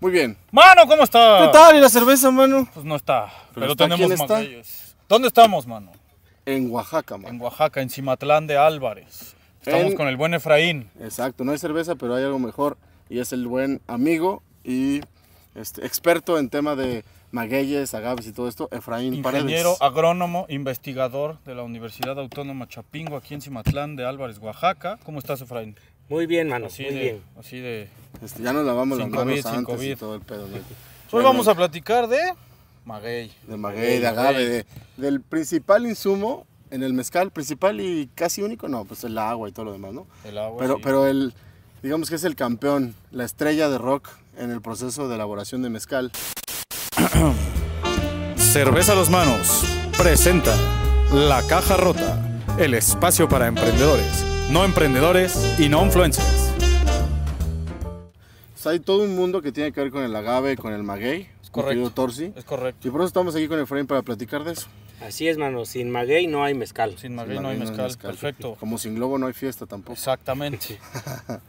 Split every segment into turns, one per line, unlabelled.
Muy bien.
Mano, ¿cómo está?
¿Qué tal? ¿Y la cerveza, mano?
Pues no está, pero,
está,
tenemos
¿quién está?
magallos. ¿Dónde estamos, mano?
En Oaxaca, man.
En Oaxaca, en Cimatlán de Álvarez. Estamos
En-
con el buen Efraín.
Exacto, no hay cerveza, pero hay algo mejor. Y es el buen amigo y este, experto en tema de magueyes, agaves y todo esto, Efraín
Ingeniero, ah.
Paredes.
agrónomo, investigador de la Universidad Autónoma Chapingo, aquí en Cimatlán de Álvarez, Oaxaca. ¿Cómo estás, Efraín?
Muy bien, mano,
Así
muy
de,
bien.
Así de...
Este, ya nos lavamos las
Sin
manos
COVID, sin
antes y
COVID.
todo el pedo. ¿no?
Hoy vamos a platicar de maguey.
De maguey, de agave, de- del principal insumo en el mezcal, principal y casi único, no, pues el agua y todo lo demás, ¿no?
El agua,
Pero,
sí.
pero el, digamos que es el campeón, la estrella de rock en el proceso de elaboración de mezcal.
Cerveza a los manos presenta La Caja Rota, el espacio para emprendedores, no emprendedores y no influencers.
O sea, hay todo un mundo que tiene que ver con el agave, con el maguey, con
correcto.
Torsi.
Es correcto.
Y por eso estamos aquí con Efraín para platicar de eso.
Así es, mano, sin maguey no hay mezcal.
Sin maguey no hay mezcal. Perfecto.
Como sin globo no hay fiesta tampoco.
Exactamente.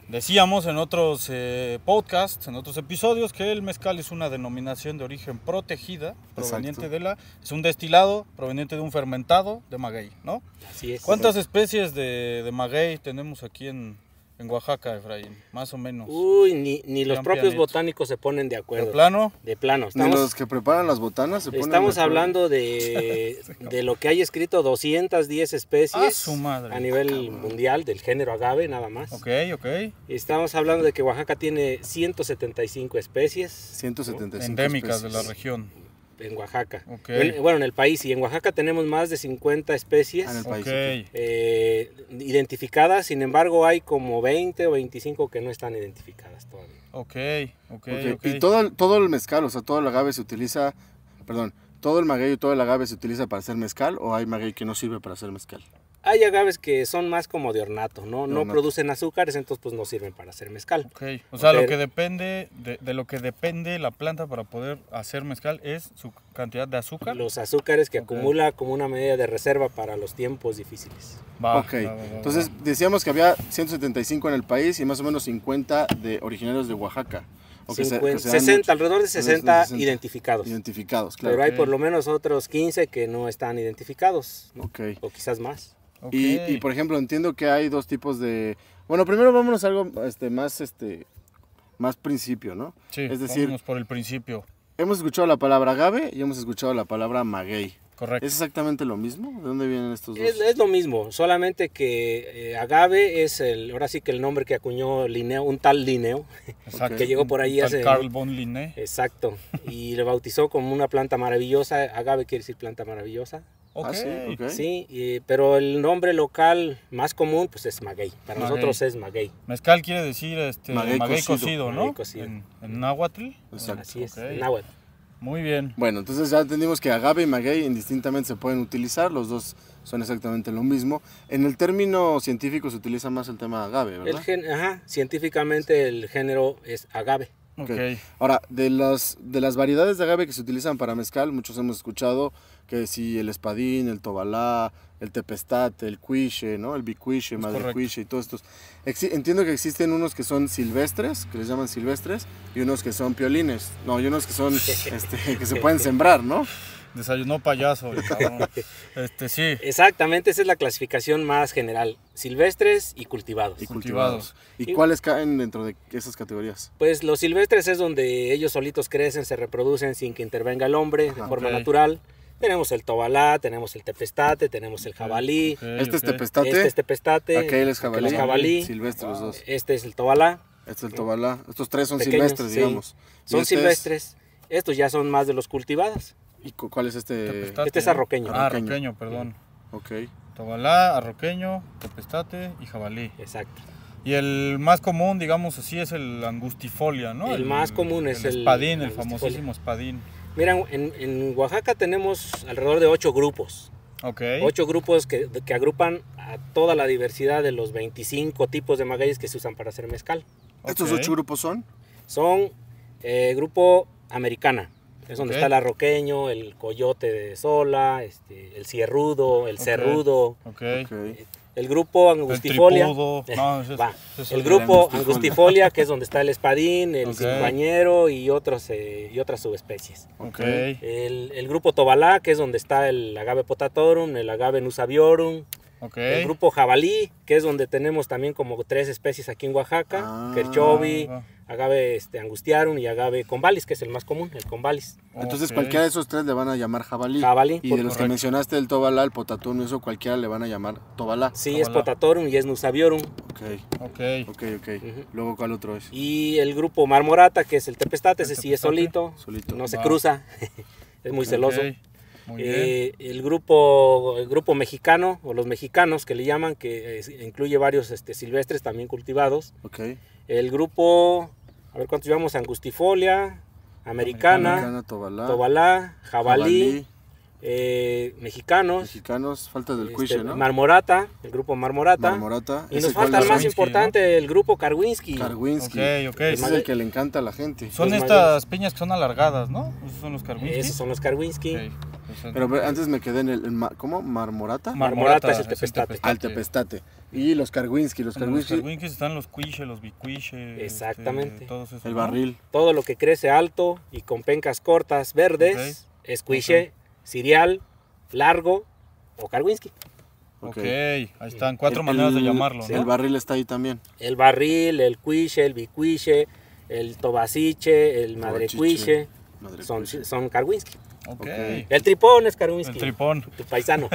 Decíamos en otros eh, podcasts, en otros episodios, que el mezcal es una denominación de origen protegida, proveniente
Exacto.
de la... Es un destilado proveniente de un fermentado de maguey, ¿no?
Así es.
¿Cuántas especies de, de maguey tenemos aquí en, en Oaxaca, Efraín? Más o menos.
Uy, ni, ni los
Gran
propios
pianito.
botánicos se ponen de
¿De
acuerdo.
plano?
De plano.
Ni
Estamos,
los que preparan las botanas se ponen
estamos
de acuerdo.
hablando de, de lo que hay escrito 210 especies
¡Ah, su madre!
a nivel mundial del género agave, nada más.
Ok, ok.
Y Estamos hablando de que Oaxaca tiene 175 especies
175
Endémicas de la
especies.
región.
en Oaxaca.
Ok.
En- bueno, en el país. Y en Oaxaca tenemos más de 50 especies.
Ah, en el
Ok.
país, ok.
eh, identificadas, sin embargo hay como 20 o 25 que no están identificadas todavía.
Ok, ok,
Ok,
ok.
Y todo, el- todo el mezcal, o sea, todo el agave se utiliza, perdón, todo el maguey y todo el agave se utiliza para hacer mezcal o hay maguey que no sirve para hacer mezcal.
Hay agaves que son más como de ornato, ¿no? No
ornato.
producen azúcares, entonces pues no sirven para hacer mezcal.
Ok, o sea, lo
Pero-
que depende de, de lo que depende la planta para poder hacer mezcal es su cantidad de azúcar.
Los azúcares que
Ok.
acumula como una medida de reserva para los tiempos difíciles.
Ah, Va,
ok,
va, va, va,
entonces decíamos que había 175 en el país y más o menos 50 de originarios de Oaxaca. O que se- que
50,
se dan
60,
mucho-
alrededor de 60
60
identificados.
identificados, claro.
Pero hay
Ok.
por lo menos otros 15 que no están identificados, ¿no?
Ok.
o quizás más.
va. Ok.
Y, y, por ejemplo, entiendo que hay dos tipos de. Bueno, primero vámonos a algo este, más, este, más principio, ¿no?
Sí,
es decir,
vámonos por el principio,
hemos escuchado la palabra agave y hemos escuchado la palabra maguey.
correcto.
¿Es exactamente lo mismo? ¿De dónde vienen estos dos?
Es, es lo mismo, solamente que eh, agave es el, ahora sí que el nombre que acuñó Linneo, un tal Linneo,
Exacto.
que llegó por ahí
Tal
hace-
Carl von Linné.
exacto, y lo bautizó como una planta maravillosa, agave quiere decir planta maravillosa,
Ok.
Ah, sí, ok.
sí, y- pero el nombre local más común pues es maguey, para
Maguey.
nosotros es maguey,
Mezcal quiere decir este, maguey,
Maguey
cocido,
cocido.
¿no?
Maguey cocido.
En, en náhuatl.
Exacto.
así es,
Ok.
en náhuatl.
Muy bien.
Bueno, entonces ya entendimos que agave y maguey indistintamente se pueden utilizar, los dos son exactamente lo mismo. En el término científico se utiliza más el tema agave,
El
¿verdad?
gen- ajá, científicamente el género es agave,
Ok.
Ok. Ahora, de las, de las variedades de agave que se utilizan para mezcal, muchos hemos escuchado que si el espadín, el tobalá, el tepestate, el cuiche, ¿no? El bicuiche, madre
correcto.
cuiche y todos estos. Exi- entiendo que existen unos que son silvestres, que les llaman silvestres, y unos que son piolines. No, y unos que son, este, que se pueden sembrar, ¿no?
Desayunó payaso. el cabrón. este, sí.
exactamente esa es la clasificación más general, silvestres y cultivados.
Y
Cultivados.
cultivados. ¿Y cuáles caen dentro de esas categorías?
Pues los silvestres es donde ellos solitos crecen, se reproducen sin que intervenga el hombre de forma
Ok.
natural. Tenemos el tobalá, tenemos el tepestate, tenemos el jabalí,
Ok,
este es
ok.
tepestate,
este es tepestate,
aquel es jabalí,
aquel es jabalí,
silvestre los dos.
este es el tobalá.
Este es el tobalá. Estos tres son
Pequeños,
silvestres,
sí.
digamos. Y
Son
este es-
silvestres. Estos ya son más de los cultivados.
¿Y cu- cuál es este?
Tepestate,
este es
¿no?
arroqueño.
Ah,
Arroqueño.
arroqueño, perdón.
Ok.
Tobalá, arroqueño, tepestate y jabalí.
Exacto.
Y el más común, digamos así, es el angustifolia, ¿no?
El más común es el
espadín, el
angustifolia.
famosísimo espadín.
Mira, en, en Oaxaca tenemos alrededor de ocho grupos.
Ok.
Ocho grupos que, que agrupan a toda la diversidad de los 25 tipos de magueyes que se usan para hacer mezcal.
Estos
ok.
ocho grupos son.
son eh, grupo americana. Es donde
Ok.
está el arroqueño, el coyote de sola, este, el cierrudo, el cerrudo.
Ok.
Ok.
el grupo Angustifolia.
tripudo. No, ese es-
Va,
ese es
el
el
grupo
Angustifolia.
Angustifolia, que es donde está el espadín, el
Ok.
cincuañero y, otros, eh, y otras subespecies.
Ok.
El, el grupo Tobalá, que es donde está el agave potatorum, el agave nusaviorum.
Ok.
El grupo Jabalí, que es donde tenemos también como tres especies aquí en Oaxaca.
Ah,
Kerchovi,
va.
agave este, angustiarum y agave convalis, que es el más común, el convalis.
Entonces
Ok.
cualquiera de esos tres le van a llamar jabalí.
Jabalí,
Y
por-
de los que
correcto.
mencionaste, el tobalá, el potatón, eso cualquiera le van a llamar tobalá.
Sí, es
Tobalá.
potatorum y es nusaviorum.
Ok,
Ok.
ok, ok. Luego, ¿cuál otro es?
Y el grupo Marmorata, que es el tepestate, ese sí es
tepestate,
solito,
solito.
no se
Va.
cruza, es muy celoso.
Ok. Muy bien.
Eh, el grupo el grupo mexicano o los mexicanos que le llaman que eh, incluye varios este, silvestres también cultivados
Ok.
el grupo a ver cuántos llevamos angustifolia americana,
Mexicana, tobalá.
tobalá jabalí, eh, mexicanos
Mexicanos, falta del
este,
cuiche, ¿no?
marmorata el grupo marmorata
Marmorata.
y
Ese
nos
cuál
falta el
es?
más
Karwinski,
importante el grupo Karwinski
Karwinski.
Ok, ok.
Ese es
Madre-
el que le encanta a la gente.
Son
Los
estas
mayores.
piñas que son alargadas, ¿no? Esos son los pues, carmín.
esos son los Karwinski
Pero ve, antes me quedé en el, en ma- ¿cómo? ¿Marmorata?
Marmorata es el tepestate.
Al tepestate. Y los Karwinski, Ah, los
En los
Karwinski,
carwinquis están los cuiche, los bicuiche. este,
Exactamente.
todos esos,
el
¿no?
barril.
todo lo que crece alto y con pencas cortas verdes es cuiche cereal largo o Karwinski
Ok,
Ok.
ahí están cuatro
El-
maneras de
el-
llamarlo,
El
¿no?
barril está ahí también.
el barril, el cuiche, el bicuiche, el tobasiche, el madrecuiche,
Madre
son,
cuiche.
son Karwinski.
Ok.
Ok.
El tripón es
El
Karwinski,
tripón.
tu paisano.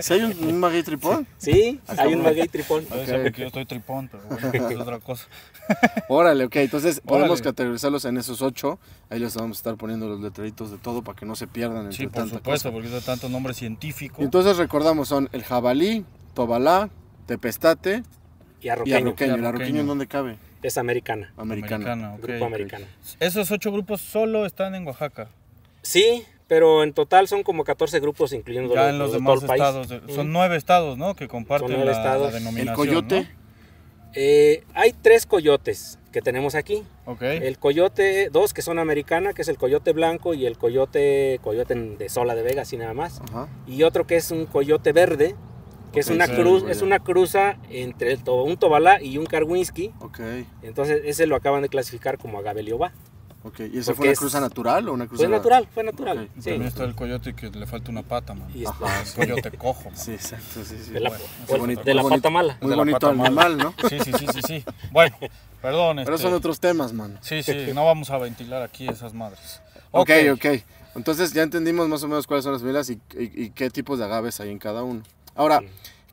¿Sí hay un, un maguey tripón?
sí,
Ah,
hay un
cabrón.
maguey tripón.
A veces porque yo estoy tripón, pero bueno, es otra cosa.
Órale, ok. Entonces podemos
Órale.
categorizarlos en esos ocho. Ahí les vamos a estar poniendo los letreritos de todo para que no se pierdan entre
Sí, por
tanta
supuesto,
cosa.
porque es de tanto nombre científico.
Y Entonces recordamos, son el jabalí, tobalá, tepestate y
Y
arroqueño.
arroqueño,
Y
¿El arroqueño
arroqueño.
en dónde cabe?
es americana,
Americano.
Americana, ok.
grupo americano.
Esos ocho grupos solo están en Oaxaca.
Sí, pero en total son como 14 grupos, incluyendo
Ya
los,
en los
los de
demás
todo el país.
estados. de- son
Mm.
nueve estados, ¿no? Que comparten
Son nueve
la, la
estados.
denominación.
El coyote,
Eh, hay tres coyotes que tenemos aquí.
¿no? Ok.
El coyote, dos que son americana, que es el coyote blanco y el coyote, coyote de Sola de Vega, así nada más.
ajá,
y otro que es un coyote verde, que es
Ok,
una
sí,
cruz,
vaya.
es una cruza entre el to- un tobalá y un karwinski.
ok,
Entonces ese lo acaban de clasificar como agabeliobá.
ok. ¿Y esa
Porque
fue una
es-
cruza natural o una cruza
Fue natural, fue natural.
Ok.
Sí.
También está el coyote que le falta una pata, man.
Y este,
Ajá.
El coyote cojo, man.
Sí, exacto, sí, sí.
de la,
Bueno,
o el-
bonito,
de la
muy
pata
bonito.
mala.
Muy
de la
bonito
pata mala.
animal, ¿no?
Sí, sí, sí, sí, sí. Bueno, perdón.
Pero
este,
son otros temas, mano.
Sí, sí, no vamos a ventilar aquí esas madres.
Ok, ok. Entonces ya entendimos más o menos cuáles son las familias y, y- y qué tipos de agaves hay en cada uno. Ahora,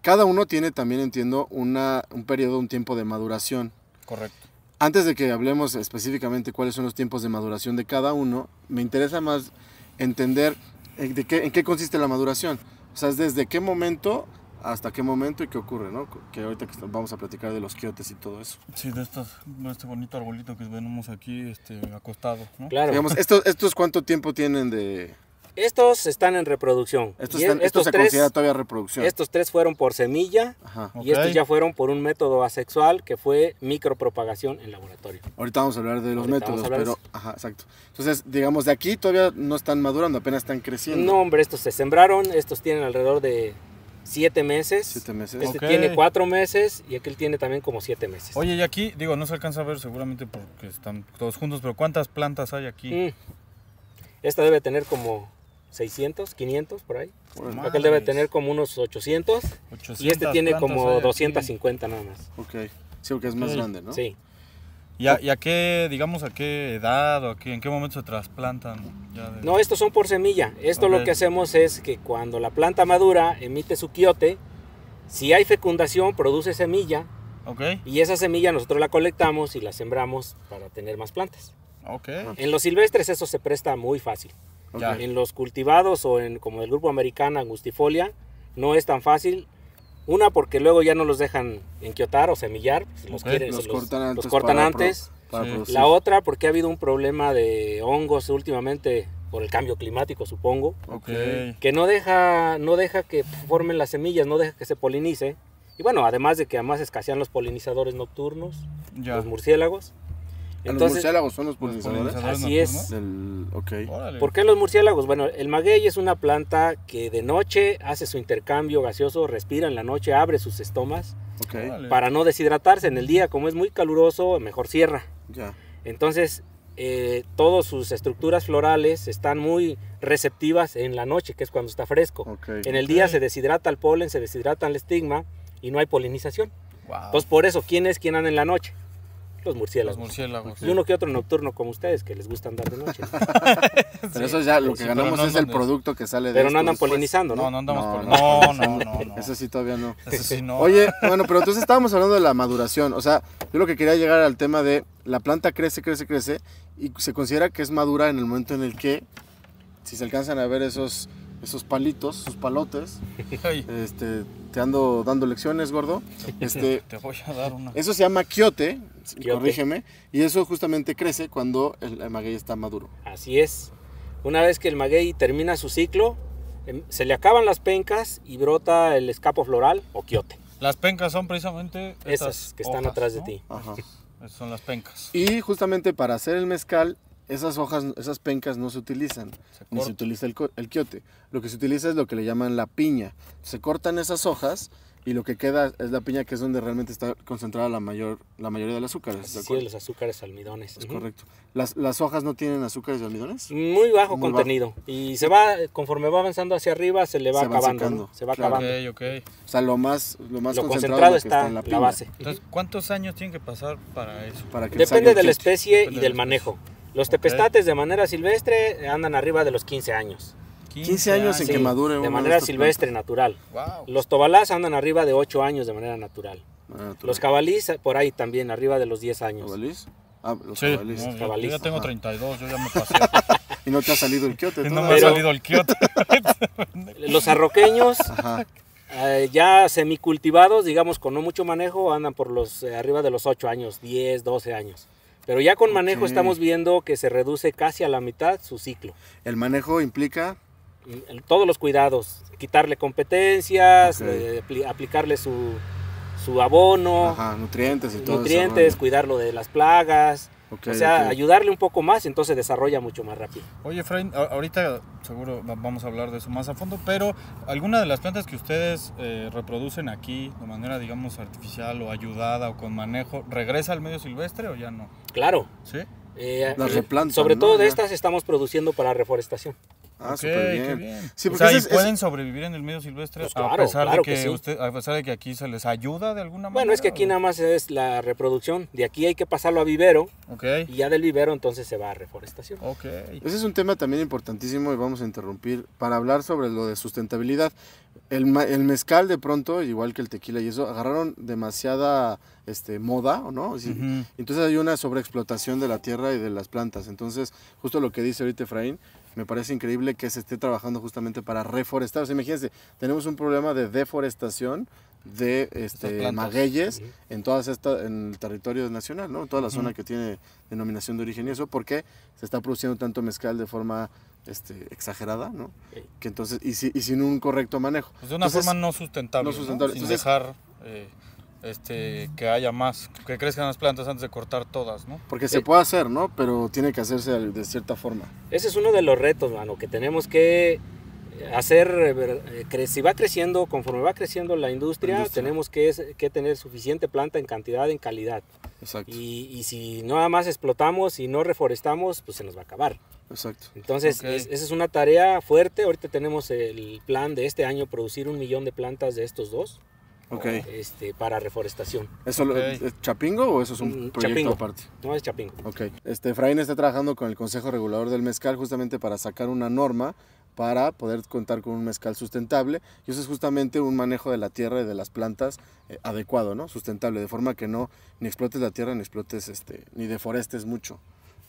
cada uno tiene también, entiendo, una, un periodo, un tiempo de maduración.
Correcto.
Antes de que hablemos específicamente cuáles son los tiempos de maduración de cada uno, me interesa más entender en, de qué, en qué consiste la maduración. O sea, es desde qué momento hasta qué momento y qué ocurre, ¿no? Que ahorita que estamos- vamos a platicar de los quiotes y todo eso.
Sí, de, estos, de este bonito arbolito que venimos aquí este, acostado, ¿no?
Claro.
Digamos, ¿estos, estos cuánto tiempo tienen de...?
Estos están en reproducción.
Estos,
Y
están- esto se
tres,
considera todavía reproducción.
estos tres fueron por semilla
Ajá.
y
Ok.
estos ya fueron por un método asexual que fue micropropagación en laboratorio.
Ahorita vamos a hablar de los
Ahorita vamos
métodos,
a hablar de
pero... Ajá, exacto. Entonces, digamos, de aquí todavía no están madurando, apenas están creciendo.
No, hombre, estos se sembraron, estos tienen alrededor de siete meses.
Siete meses.
Este
Ok.
tiene cuatro meses y aquel tiene también como siete meses.
Oye, y aquí, digo, no se alcanza a ver seguramente porque están todos juntos, pero ¿cuántas plantas hay aquí?
Mm. Esta debe tener como 600, 500 por ahí.
Órale.
Aquel debe
Madres.
tener como unos 800 y este
800
tiene
plantas hay
como
aquí.
250 nada más.
Ok. Sí, porque es más
Ok.
grande, ¿no?
Sí.
¿Y a, y a qué, digamos, a qué edad o a qué, en qué momento se trasplantan? Ya de-
No, estos son por semilla. Esto
Ok.
lo que hacemos es que cuando la planta madura emite su quiote, si hay fecundación produce semilla
¿Ok?
y esa semilla nosotros la colectamos y la sembramos para tener más plantas.
Ok.
En los silvestres eso se presta muy fácil.
Ok.
Ya.
En los cultivados o en como el grupo americana angustifolia no es tan fácil. Una porque luego ya no los dejan enquiotar o semillar, pues, los,
Ok,
quieren-
Los
los-
cortan antes.
los cortan
para pro-
antes.
para
Sí.
producir.
La otra porque ha habido un problema de hongos últimamente por el cambio climático, supongo,
Ok.
que no deja no deja que formen las semillas, no deja que se polinice. Y bueno, además de que además escasean los polinizadores nocturnos,
Ya.
los murciélagos.
Ah, los
Entonces,
murciélagos son los polinizadores.
polinizadores
así
nocturnos.
es.
Del, ok.
Órale.
¿Por qué los murciélagos? Bueno, el maguey es una planta que de noche hace su intercambio gaseoso, respira en la noche, abre sus estomas
Ok.
Órale.
para no deshidratarse en el día. Como es muy caluroso, mejor cierra.
Ya.
Entonces, eh, todas sus estructuras florales están muy receptivas en la noche, que es cuando está fresco.
Ok.
En el día se deshidrata el polen, se deshidrata el estigma y no hay polinización.
Guau.
Entonces, por eso, ¿quién es quien anda en la noche? Ah. Los
los
murciélagos.
murciélagos.
Y uno que otro nocturno como ustedes, que les gusta andar de noche.
Pero eso ya lo que
Sí, pero
ganamos
no
es el
andan de-
producto que sale de
Pero
esto
no andan
después.
polinizando, ¿no?
No, no andamos
No,
por.
no.
No, no, no. no.
Eso sí todavía no.
Eso sí, no.
Oye, bueno, pero entonces estábamos hablando de la maduración. O sea, yo lo que quería llegar al tema de la planta crece, crece, crece y se considera que es madura en el momento en el que, si se alcanzan a ver esos, esos palitos, sus palotes,
Ay,
este, te ando dando lecciones, gordo. Este,
te voy a dar una.
eso se llama quiote,
Quiote.
corrígeme, y eso justamente crece cuando el, el maguey está maduro.
Así es. Una vez que el maguey termina su ciclo, em, se le acaban las pencas y brota el escapo floral o quiote.
Las pencas son precisamente
Esas
estas
que están
hojas,
atrás de
¿no?
ti.
Ajá.
Esas son las pencas.
Y justamente para hacer el mezcal, esas hojas, esas pencas no se utilizan,
Se
ni se
corta.
utiliza el, co- el quiote. Lo que se utiliza es lo que le llaman la piña. Se cortan esas hojas y lo que queda es la piña, que es donde realmente está concentrada la, mayor, la mayoría del azúcar. ¿estás de
Así
acuerdo?
es, los azúcares almidones.
Es
Ujú.
correcto. Las, las hojas no tienen azúcares y almidones.
Muy bajo
Muy
contenido. Y se va, conforme va avanzando hacia arriba, se le va
Se va
acabando.
secando,
¿no? Se va
claro.
Ok,
acabando.
ok.
O sea, lo más, lo más
Lo
concentrado,
concentrado
es lo que
está en la,
piña,
base.
Entonces, ¿cuántos años tienen que pasar para eso?
Para que salga
Depende
el
de la
quiote.
especie
Depende
y
de
del
la
manejo. Los
Ok.
tepestates de manera silvestre andan arriba de los 15 años.
15 años en
Sí,
que madure una
de
de
manera
estas
silvestre, natural.
Wow.
Los tobalás andan arriba de 8 años de manera natural.
Ah, tú-
Los cabalís eh, por ahí también, arriba de los 10 años.
¿Jabalís? Ah, los
Sí,
jabalís.
no, yo- yo,
Jabalís,
ya tengo
ajá.
32, yo ya me pasé.
Y no te ha salido el quiote.
no me
todavía.
ha
Pero-
salido el quiote.
Los arroqueños,
Ajá.
eh, ya semicultivados, digamos, con no mucho manejo, andan por los eh, arriba de los 8 años, 10, 12 años. Pero ya con manejo
Ok.
estamos viendo que se reduce casi a la mitad su ciclo.
El manejo implica
Mm, Todos los cuidados, quitarle competencias,
Ok.
eh, apli- aplicarle su, su abono,
Ajá, nutrientes y todo
nutrientes,
eso.
cuidarlo de las plagas,
Ok,
o sea,
ok.
ayudarle un poco más, entonces desarrolla mucho más rápido.
Oye, Efraín, a- ahorita seguro va- vamos a hablar de eso más a fondo, pero ¿alguna de las plantas que ustedes eh, reproducen aquí de manera, digamos, artificial o ayudada o con manejo, regresa al medio silvestre o ya no?
Claro.
¿Sí?
eh,
Las
eh,
replantan,
Sobre
¿no?
todo de
Ya.
estas estamos produciendo para reforestación.
Ah,
Ok,
súper
qué
bien.
bien.
Sí,
o
porque
sea, ¿y
ese es-
pueden sobrevivir en el medio silvestre
Pues
a,
claro,
pesar
claro
de que
que sí.
usted, a pesar de que aquí se les ayuda de alguna manera.
Bueno, es que aquí
o-
nada más es la reproducción. De aquí hay que pasarlo a vivero
Ok,
y ya del vivero entonces se va a reforestación.
ok.
Ese es un tema también importantísimo y vamos a interrumpir para hablar sobre lo de sustentabilidad. El, ma- el mezcal de pronto, igual que el tequila y eso, agarraron demasiada este, moda, ¿o no? Sí.
Ujú.
Entonces hay una sobreexplotación de la tierra y de las plantas. Entonces, justo lo que dice ahorita Efraín, me parece increíble que se esté trabajando justamente para reforestar. O sea, imagínense, tenemos un problema de deforestación de este,
plantas.
magueyes
Ujú.
en todas esta- en el territorio nacional, ¿no? En toda la zona que tiene denominación de origen y eso, porque se está produciendo tanto mezcal de forma este, exagerada, ¿no?
Ok.
Que entonces, y, si- y sin un correcto manejo.
Pues de una
Entonces,
forma no sustentable.
no
No
sustentable.
Sin
Entonces-
dejar eh, este, que haya más, que crezcan las plantas antes de cortar todas, ¿no?
Porque se
Eh.
puede hacer, ¿no? Pero tiene que hacerse de de cierta forma.
Ese es uno de los retos, mano, que tenemos que hacer. eh, ver- eh, cre- Si va creciendo, conforme va creciendo la industria,
La industria.
tenemos que, es- que tener suficiente planta en cantidad, en calidad.
Exacto.
Y, y si nada más explotamos y no reforestamos, pues se nos va a acabar.
Exacto.
Entonces,
Ok.
es- esa es una tarea fuerte. Ahorita tenemos el plan de este año producir un millón de plantas de estos dos
Ok.
este, para reforestación.
¿Eso lo-
Ok.
es Chapingo o eso es un
Mm,
proyecto
Chapingo.
aparte?
No es chapingo.
Ok. Este, Efraín está trabajando con el Consejo Regulador del Mezcal justamente para sacar una norma para poder contar con un mezcal sustentable. Y eso es justamente un manejo de la tierra y de las plantas eh, adecuado, ¿no? Sustentable, de forma que no ni explotes la tierra, ni explotes, este, ni deforestes mucho.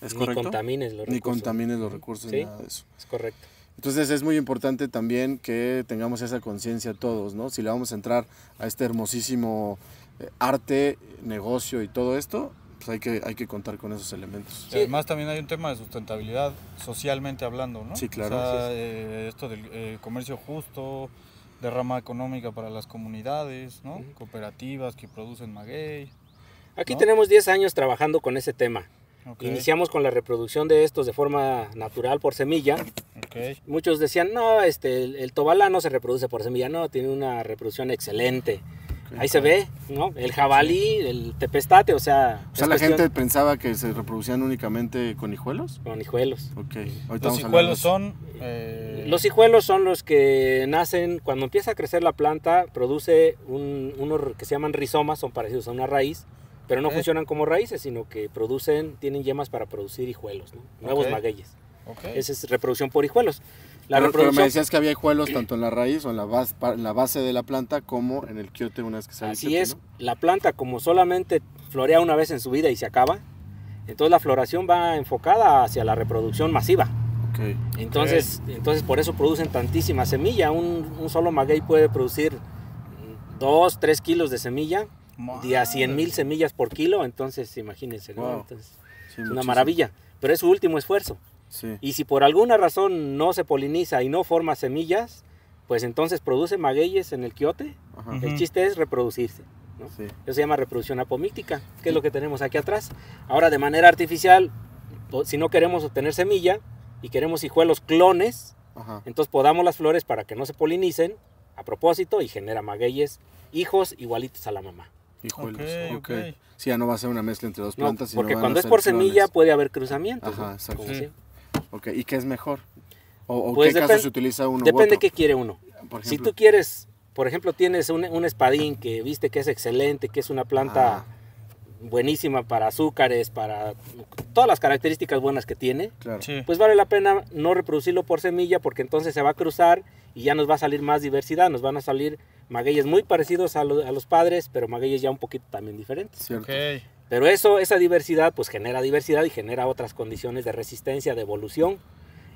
¿Es
Ni
correcto?
contamines los
Ni
recursos.
contamines los recursos, ni
Sí.
nada de eso.
Es correcto.
Entonces es muy importante también que tengamos esa conciencia todos, ¿no? Si le vamos a entrar a este hermosísimo eh, arte, negocio y todo esto, pues hay que, hay que contar con esos elementos.
Y además Eh, también hay un tema de sustentabilidad socialmente hablando, ¿no?
Sí, claro.
O sea,
Así
eh, esto del eh, comercio justo, de rama económica para las comunidades, ¿no?
Ujú.
Cooperativas que producen maguey.
Aquí
¿No?
tenemos 10 años trabajando con ese tema.
Ok,
Iniciamos con la reproducción de estos de forma natural por semilla.
ok.
Muchos decían, no, este, el, el tobalá no se reproduce por semilla, no, tiene una reproducción excelente. Ahí se ve, ¿no? El jabalí, el tepestate, o sea...
O sea, la
es cuestión-
gente pensaba que se reproducían únicamente con hijuelos.
Con hijuelos.
Ok. Ahorita
Los
vamos a hablar de
hijuelos
eso.
son... eh,
Los hijuelos son los que nacen, cuando empieza a crecer la planta, produce un- unos que se llaman rizomas, son parecidos a una raíz, pero no
Ok.
funcionan como raíces, sino que producen, tienen yemas para producir hijuelos, ¿no? nuevos
Ok.
magueyes.
ok.
Esa es reproducción por hijuelos. La
Pero- pero me
reproducción...
decías que había hijuelos tanto en la raíz o en la base, en la base de la planta como en el quiote una vez que sale el
Así
quiote,
es,
¿no?
la planta como solamente florea una vez en su vida y se acaba, entonces la floración va enfocada hacia la reproducción masiva.
Ok.
Entonces, entonces por eso producen tantísima semilla. Un, un solo maguey puede producir 2, 3 kilos de semilla, de a 100 mil semillas por kilo, entonces imagínense, ¿no?
Wow.
Entonces,
Sí,
es
muchísimo.
una maravilla, pero es su último esfuerzo.
Sí.
Y si por alguna razón no se poliniza y no forma semillas, pues entonces produce magueyes en el quiote.
Ajá.
Ujú.
El chiste es reproducirse. ¿no?
Sí.
Eso se llama reproducción apomíctica, que es lo que tenemos aquí atrás. Ahora, de manera artificial, o- si no queremos obtener semilla y queremos hijuelos clones,
Ajá.
entonces podamos las flores para que no se polinicen a propósito y genera magueyes, hijos igualitos a la mamá.
Hijuelos.
Ok,
ok.
ok.
Sí, ya no va a ser una mezcla entre dos
¿no?
plantas. sino
Porque
van a
cuando es
ser
por semilla
clones.
puede haber cruzamientos.
Ajá,
¿no?
exacto.
Como
Sí.
sea.
Ok, ¿y qué es mejor? ¿O, o
Pues
qué
depen-
caso se utiliza uno? u
Depende
otro?
qué quiere uno.
Por
Si
ejemplo.
tú quieres, por ejemplo, tienes un, un espadín que viste que es excelente, que es una planta
Ah.
buenísima para azúcares, para todas las características buenas que tiene,
Claro.
Sí.
pues vale la pena no reproducirlo por semilla porque entonces se va a cruzar y ya nos va a salir más diversidad, nos van a salir magueyes muy parecidos a, lo- a los padres, pero magueyes ya un poquito también diferentes.
Cierto.
Ok.
Pero eso, esa diversidad, pues genera diversidad y genera otras condiciones de resistencia, de evolución.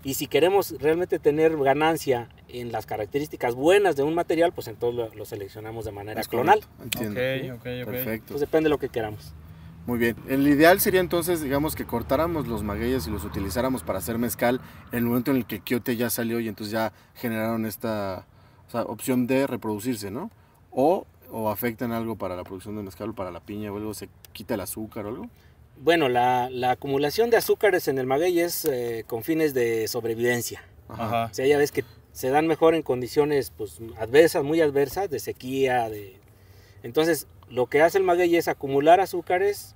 Y si queremos realmente tener ganancia en las características buenas de un material, pues entonces lo, lo seleccionamos de manera
Es
clonal.
correcto, Entiendo.
Ok, ok, ok.
Perfecto.
Pues depende de lo que queramos.
Muy bien. El ideal sería entonces, digamos, que cortáramos los magueyes y los utilizáramos para hacer mezcal en el momento en el que el quiote ya salió y entonces ya generaron esta o sea, opción de reproducirse, ¿no? O, o afectan algo para la producción de mezcal o para la piña o algo, se quita el azúcar o algo.
Bueno, la, la acumulación de azúcares en el maguey es eh, con fines de sobrevivencia.
Ajá.
O sea, ya ves que se dan mejor en condiciones pues, adversas, muy adversas, de sequía, de... Entonces, lo que hace el maguey es acumular azúcares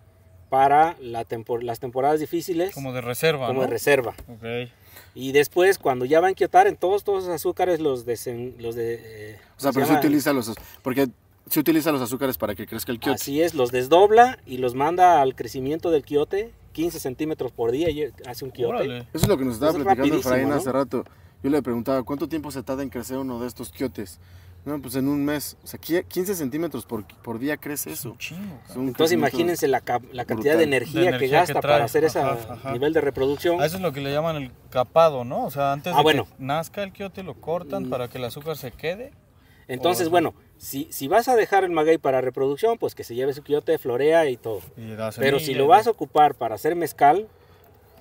para la tempor- las temporadas difíciles como,
Como de reserva, ¿no?
de reserva.
Ok.
Y después, cuando ya va a inquietar, en todos, todos esos azúcares los, desen- los de... eh,
O sea, pero se
llama-
utiliza los az- porque se utiliza los azúcares para que crezca el quiote.
Así es, los desdobla y los manda al crecimiento del quiote, 15 centímetros por día y hace un quiote.
Órale.
Eso es lo que nos estaba
Pues es
platicando Efraín
rapidísimo, ¿no?
hace rato. Yo le preguntaba, ¿cuánto tiempo se tarda en crecer uno de estos quiotes? No, pues en un mes. O sea, qui- 15 centímetros por, por día crece
Es
eso.
un chingo,
Es
cabrón.
un
Entonces
crecimiento-
imagínense la, ca- la
brutal.
cantidad de
De
energía,
energía
que
que
gasta
trae.
para hacer ese
Ajá, ajá.
nivel de reproducción.
A eso es lo que le llaman el capado, ¿no? O sea, antes
Ah,
de
bueno. Mm.
que nazca el quiote lo cortan para que el azúcar se quede.
Entonces,
Ojo.
bueno, si, si vas a dejar el maguey para reproducción, pues que se lleve su quiote, florea y todo.
Y da semilla,
Pero si lo
¿no?
vas a ocupar para hacer mezcal,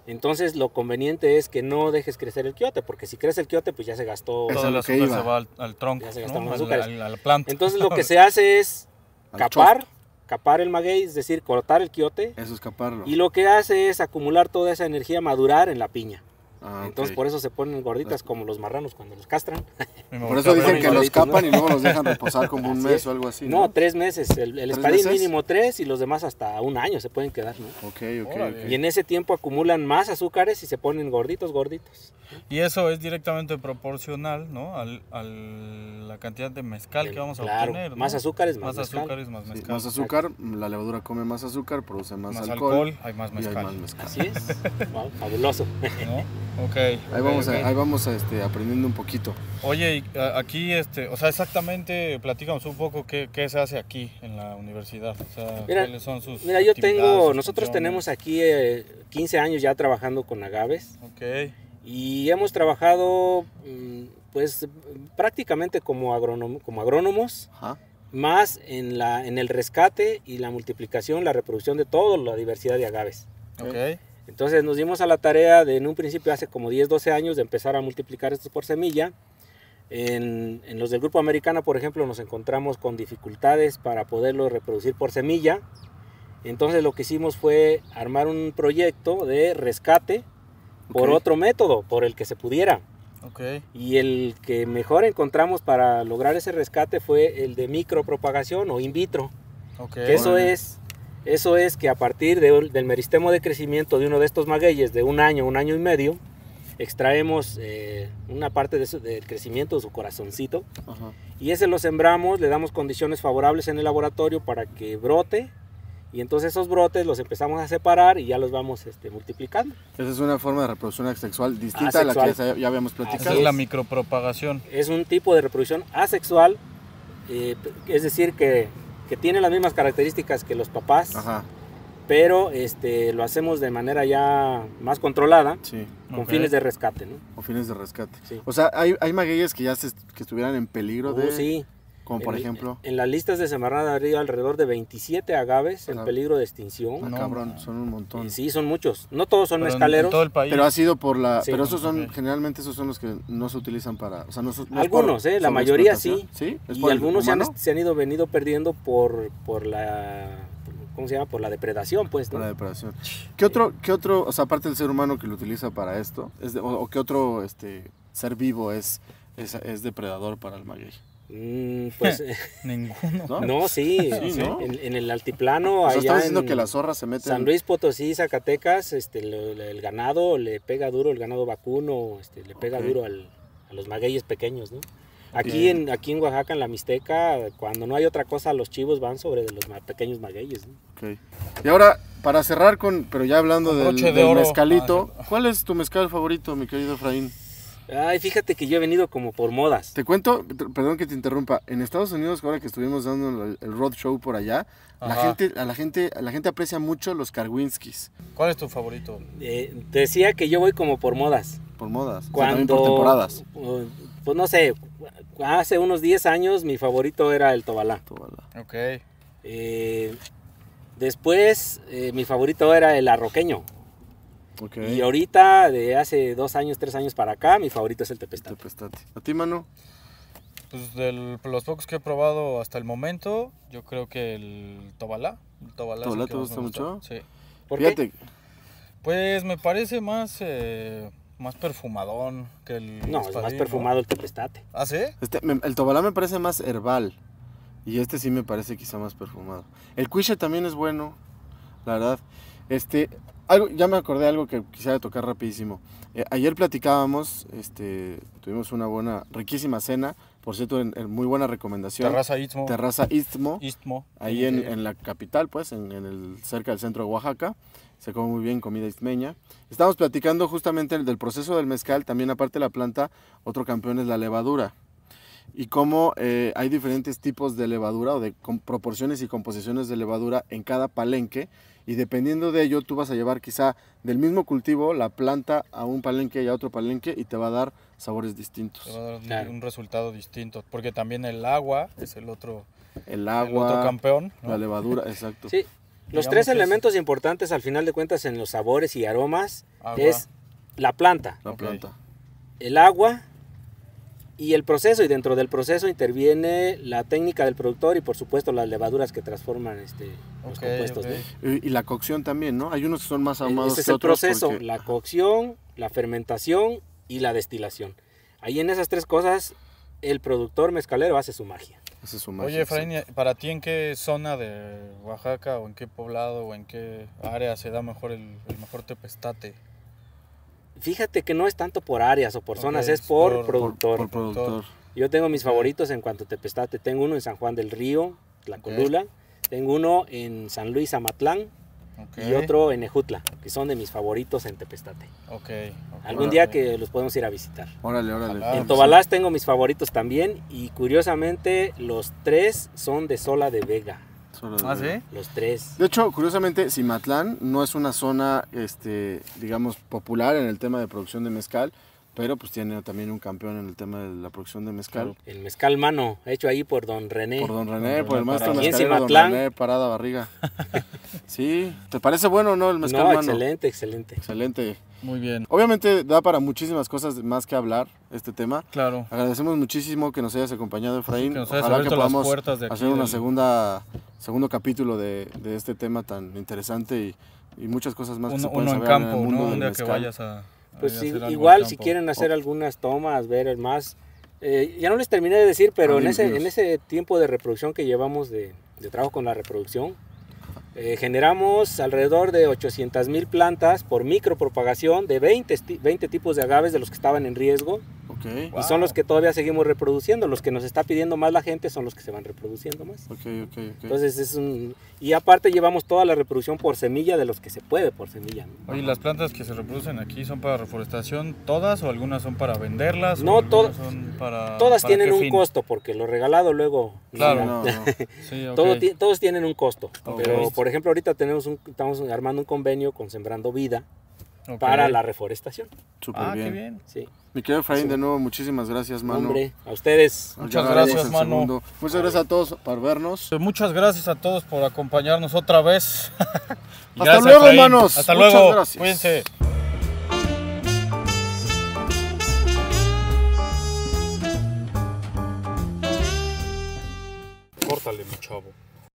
entonces lo conveniente es que no dejes crecer el quiote, porque si crece el quiote, pues ya se gastó.
Eso
Todo
es
el
lo que
azúcar
iba.
se va al, al tronco,
Ya se
¿no?
gastaron los
a, la,
azúcares.
a la planta.
Entonces lo que se hace es
al
capar,
chof.
capar el maguey, es decir, cortar el quiote.
Eso es caparlo.
Y lo que hace es acumular toda esa energía madurar en la piña.
Ah, ok.
Entonces por eso se ponen gorditas como los marranos cuando los castran.
Me
Por
volteé
eso
a ver
dicen que
el-
los
igualito, ¿no?
capan y luego los dejan reposar como un
Así
mes
es.
o algo así.
No,
No,
tres meses. El,
¿Tres
el espadín
meses?
mínimo tres y los demás hasta un año se pueden quedar, ¿no?
Ok, ok,
Órale.
ok.
pues, Y en ese tiempo acumulan más azúcares y se ponen gorditos, gorditos.
Y eso es directamente proporcional, ¿no? Al, al- la cantidad de mezcal que vamos a
Claro,
obtener. ¿no?
más azúcares, más mezcal.
azúcares, más
Sí,
mezcal.
más azúcar, la levadura come más azúcar, produce más,
Más
alcohol,
alcohol, hay más
y hay
mezcal.
más mezcal.
Así es. Wow, fabuloso.
¿no? Ok. eh,
Ahí vamos, a- ahí vamos a, este, aprendiendo un poquito.
Oye, y, a- aquí, este, o sea, exactamente, platícanos un poco qué, qué se hace aquí en la universidad. O sea,
Mira,
cuáles son sus.
Mira, yo
actividades,
tengo,
sus
nosotros
funciones?
tenemos aquí eh, 15 años ya trabajando con agaves
Ok.
y hemos trabajado mm, pues prácticamente como, agronom- como agrónomos,
Ajá.
más en, la, en el rescate y la multiplicación, la reproducción de toda la diversidad de agaves.
Ok.
Entonces nos dimos a la tarea de en un principio hace como 10, 12 años de empezar a multiplicar estos por semilla. En, en los del grupo americana, por ejemplo, nos encontramos con dificultades para poderlo reproducir por semilla. Entonces lo que hicimos fue armar un proyecto de rescate por
Ok.
otro método, por el que se pudiera.
Ok.
Y el que mejor encontramos para lograr ese rescate fue el de micropropagación o in vitro.
Ok.
Que eso
Órale.
es, eso es que a partir de un- del meristemo de crecimiento de uno de estos magueyes de un año, un año y medio, extraemos eh, una parte de su- del crecimiento de su corazoncito
Ajá.
y ese lo sembramos, le damos condiciones favorables en el laboratorio para que brote y entonces esos brotes los empezamos a separar y ya los vamos este, multiplicando.
Esa es una forma de reproducción sexual distinta a la que
Asexual.
ya- ya habíamos
Esa
platicado.
es la micropropagación.
Es un tipo de reproducción asexual, eh, es decir, que, que tiene las mismas características que los papás,
Ajá,
pero este, lo hacemos de manera ya más controlada,
sí.
con
Ok.
fines de rescate. ¿no?
O fines de rescate.
Sí.
O sea, hay, hay magueyes que ya se, que estuvieran en peligro de...
Uh, sí.
Como por
En-
ejemplo...
En las listas de Semarnat habría alrededor de 27 agaves en
Ajá.
peligro de
Ah,
extinción.
No,
cabrón,
man.
son un montón.
Eh, Uh, Sí, son muchos. No todos son
Pero en- en
mezcaleros.
todo el país.
Pero ha sido por la...
Sí.
pero esos son...
Ok.
Generalmente esos son los que no se utilizan para... O sea, no, son- no es
Algunos, eh, la mayoría sí.
sobreexplotación. ¿Sí? ¿Es
y
por el
algunos se han,
humano?
se han ido venido perdiendo por, por la ¿cómo se llama? por la depredación, pues, ¿no?
Para la depredación. ¿Qué otro,
eh.
qué otro, o sea, aparte del ser humano que lo utiliza para esto, es de- o, o qué otro este, ser vivo es, es, es depredador para el maguey?
Mm, pues
Ninguno.
¿No?
no, sí,
Sí, ¿no?
En, en el
o
altiplano
sea,
allá
Pues estaba diciendo
en
que las zorras se meten.
San Luis Potosí, Zacatecas, este lo- lo- el ganado le pega duro el ganado vacuno, este, le pega
Ok.
duro al- a los magueyes pequeños, ¿no?
Ok.
Aquí en, aquí en Oaxaca, en la Mixteca, cuando no hay otra cosa, los chivos van sobre de los ma- pequeños magueyes. ¿no?
Ok. Y ahora, para cerrar con, pero ya hablando
Con
del,
broche de
del
oro.
mezcalito,
Ah,
¿cuál es tu mezcal favorito, mi querido Efraín?
Ay, fíjate que yo he venido como por modas.
Te cuento, t- perdón que te interrumpa, en Estados Unidos, ahora que estuvimos dando el, el road show por allá, la
Ajá.
gente, a la gente, a la gente aprecia mucho los Karwinskis
¿Cuál es tu favorito?
Eh, decía que yo voy como por modas.
por modas, o sea, también
Cuando,
por temporadas.
uh, Pues no sé, hace unos 10 años mi favorito era el Tobalá.
Tómala.
Ok.
Eh, después eh, mi favorito era el Arroqueño.
Ok.
Y ahorita, de hace dos años, tres años para acá, mi favorito es el Tepestate.
Tepestate. Este, pues, A ti, mano.
Pues de los pocos que he probado hasta el momento, yo creo que el Tobalá. El Tobalá, es el
¿Tobalá
que
te
más me
gusta
gustó.
mucho?
Sí.
¿Por qué?
Fíjate,
Pues me parece más, eh, más perfumadón que el.
No, es más
espadín,
perfumado el Tepestate.
¿Ah, sí?
Este, me- el Tobalá me parece más herbal. Y este sí me parece quizá más perfumado. El Cuiche también es bueno, la verdad. Este, algo, ya me acordé de algo que quisiera tocar rapidísimo. Eh, ayer platicábamos, este, tuvimos una buena, riquísima cena. Por cierto, en, en muy buena recomendación.
Terraza Istmo.
Terraza Istmo.
Istmo.
Ahí en,
Ok.
en la capital, pues, en, en el, cerca del centro de Oaxaca. Se come muy bien comida istmeña. Estamos platicando justamente del, del proceso del mezcal. También, aparte de la planta, otro campeón es la levadura. Y cómo eh, hay diferentes tipos de levadura o de com- proporciones y composiciones de levadura en cada palenque. Y dependiendo de ello, tú vas a llevar quizá del mismo cultivo la planta a un palenque y a otro palenque y te va a dar sabores
Te
distintos.
va a dar un-
Claro.
un resultado distinto. Porque también el agua es el otro,
El
el otro
agua,
campeón. ¿no?
la levadura, exacto.
Sí. Los
Digamos
tres
que es-
elementos importantes al final de cuentas en los sabores y aromas
Agua.
es la planta,
La
Ok.
planta.
el agua y el proceso. Y dentro del proceso interviene la técnica del productor y por supuesto las levaduras que transforman este, los
Ok,
compuestos.
ok.
¿no?
Y y la cocción también, ¿no? Hay unos que son más ahumados
E-, Ese es
que
el
otros
proceso,
porque-
la cocción, la fermentación y la destilación. Ahí en esas tres cosas el productor mezcalero hace su magia.
Esa es su magia,
Oye, Efraín,
exacto.
¿y ¿para ti en qué zona de Oaxaca o en qué poblado o en qué área se da mejor el, el mejor tepestate?
Fíjate que no es tanto por áreas o por
Ok,
zonas, es
es
por,
por- por-
productor.
Por productor.
Yo tengo mis favoritos en cuanto a Tepestate. Tengo uno en San Juan del Río, Tlacolula. Tengo uno en San Luis Amatlán
Ok,
y otro en Ejutla, que son de mis favoritos en Tepestate.
ok, ok.
Algún día que los podemos ir a visitar.
Órale, órale.
Ah,
en
pues
Tobalás tengo mis favoritos también y curiosamente los tres son de Sola de Vega.
Solo
¿Ah,
de-
sí?
Los tres.
De hecho, curiosamente, Cimatlán no es una zona, este, digamos, popular en el tema de producción de mezcal, pero pues tiene también un campeón en el tema de la producción de mezcal.
El mezcal mano, hecho ahí por don René.
Por Don René,
Don
por el
René
maestro
Parada.
Aquí en
mezcalero Don
Cimatlán.
René Parada Barriga. sí, ¿te parece bueno o no el mezcal
no,
mano?
excelente, excelente.
Excelente.
Muy bien.
Obviamente da para muchísimas cosas más que hablar este tema.
Claro.
Agradecemos muchísimo que nos hayas acompañado, Efraín.
Pues Que nos hayas
Ojalá que
abierto las
podamos
puertas de aquí
hacer una
del-
segunda segundo capítulo de, de este tema tan interesante y, y muchas cosas más que se
Uno,
pueden
uno en
saber el
campo,
mundo
¿no?
del
Un día que
mezcal.
vayas a.
Pues
a
sí,
hacer algo en
igual si
campo.
quieren hacer algunas tomas, ver el más. eh, ya no les terminé de decir, pero
Ah,
en
dime,
ese,
dinos.
en ese tiempo de reproducción que llevamos de, de trabajo con la reproducción, eh, generamos alrededor de 800 mil plantas por micropropagación de 20, esti- 20 tipos de agaves de los que estaban en riesgo
Ok,
y son
Wow.
los que todavía seguimos reproduciendo. Los que nos está pidiendo más la gente son los que se van reproduciendo más.
ok, ok, ok.
Entonces es un... Y aparte llevamos toda la reproducción por semilla de los que se puede por semilla. ¿no?
Oye, ¿las plantas que se reproducen aquí son para reforestación todas o algunas son para venderlas? o
No,
algunas
to-
son para-
Todas
Ah, para
tienen
qué
un
fin?
costo porque lo regalado luego...
Claro.
No, no.
Sí, ok.
Todo ti- todos tienen un costo,
Ok.
pero por ejemplo ahorita tenemos un, estamos armando un convenio con Sembrando Vida
Ok.
para la reforestación.
Súper
Ah,
bien.
qué bien.
Sí.
Mi querido Efraín,
Sí.
de nuevo, muchísimas gracias, mano.
Hombre, a ustedes.
Ya
Muchas
agarramos
gracias,
el
mano.
segundo. Muchas gracias a todos por vernos.
Pues Muchas gracias a todos por acompañarnos otra vez. Y
Hasta
gracias,
luego,
Efraín.
hermanos.
Hasta
Muchas
luego.
gracias.
Cuídense.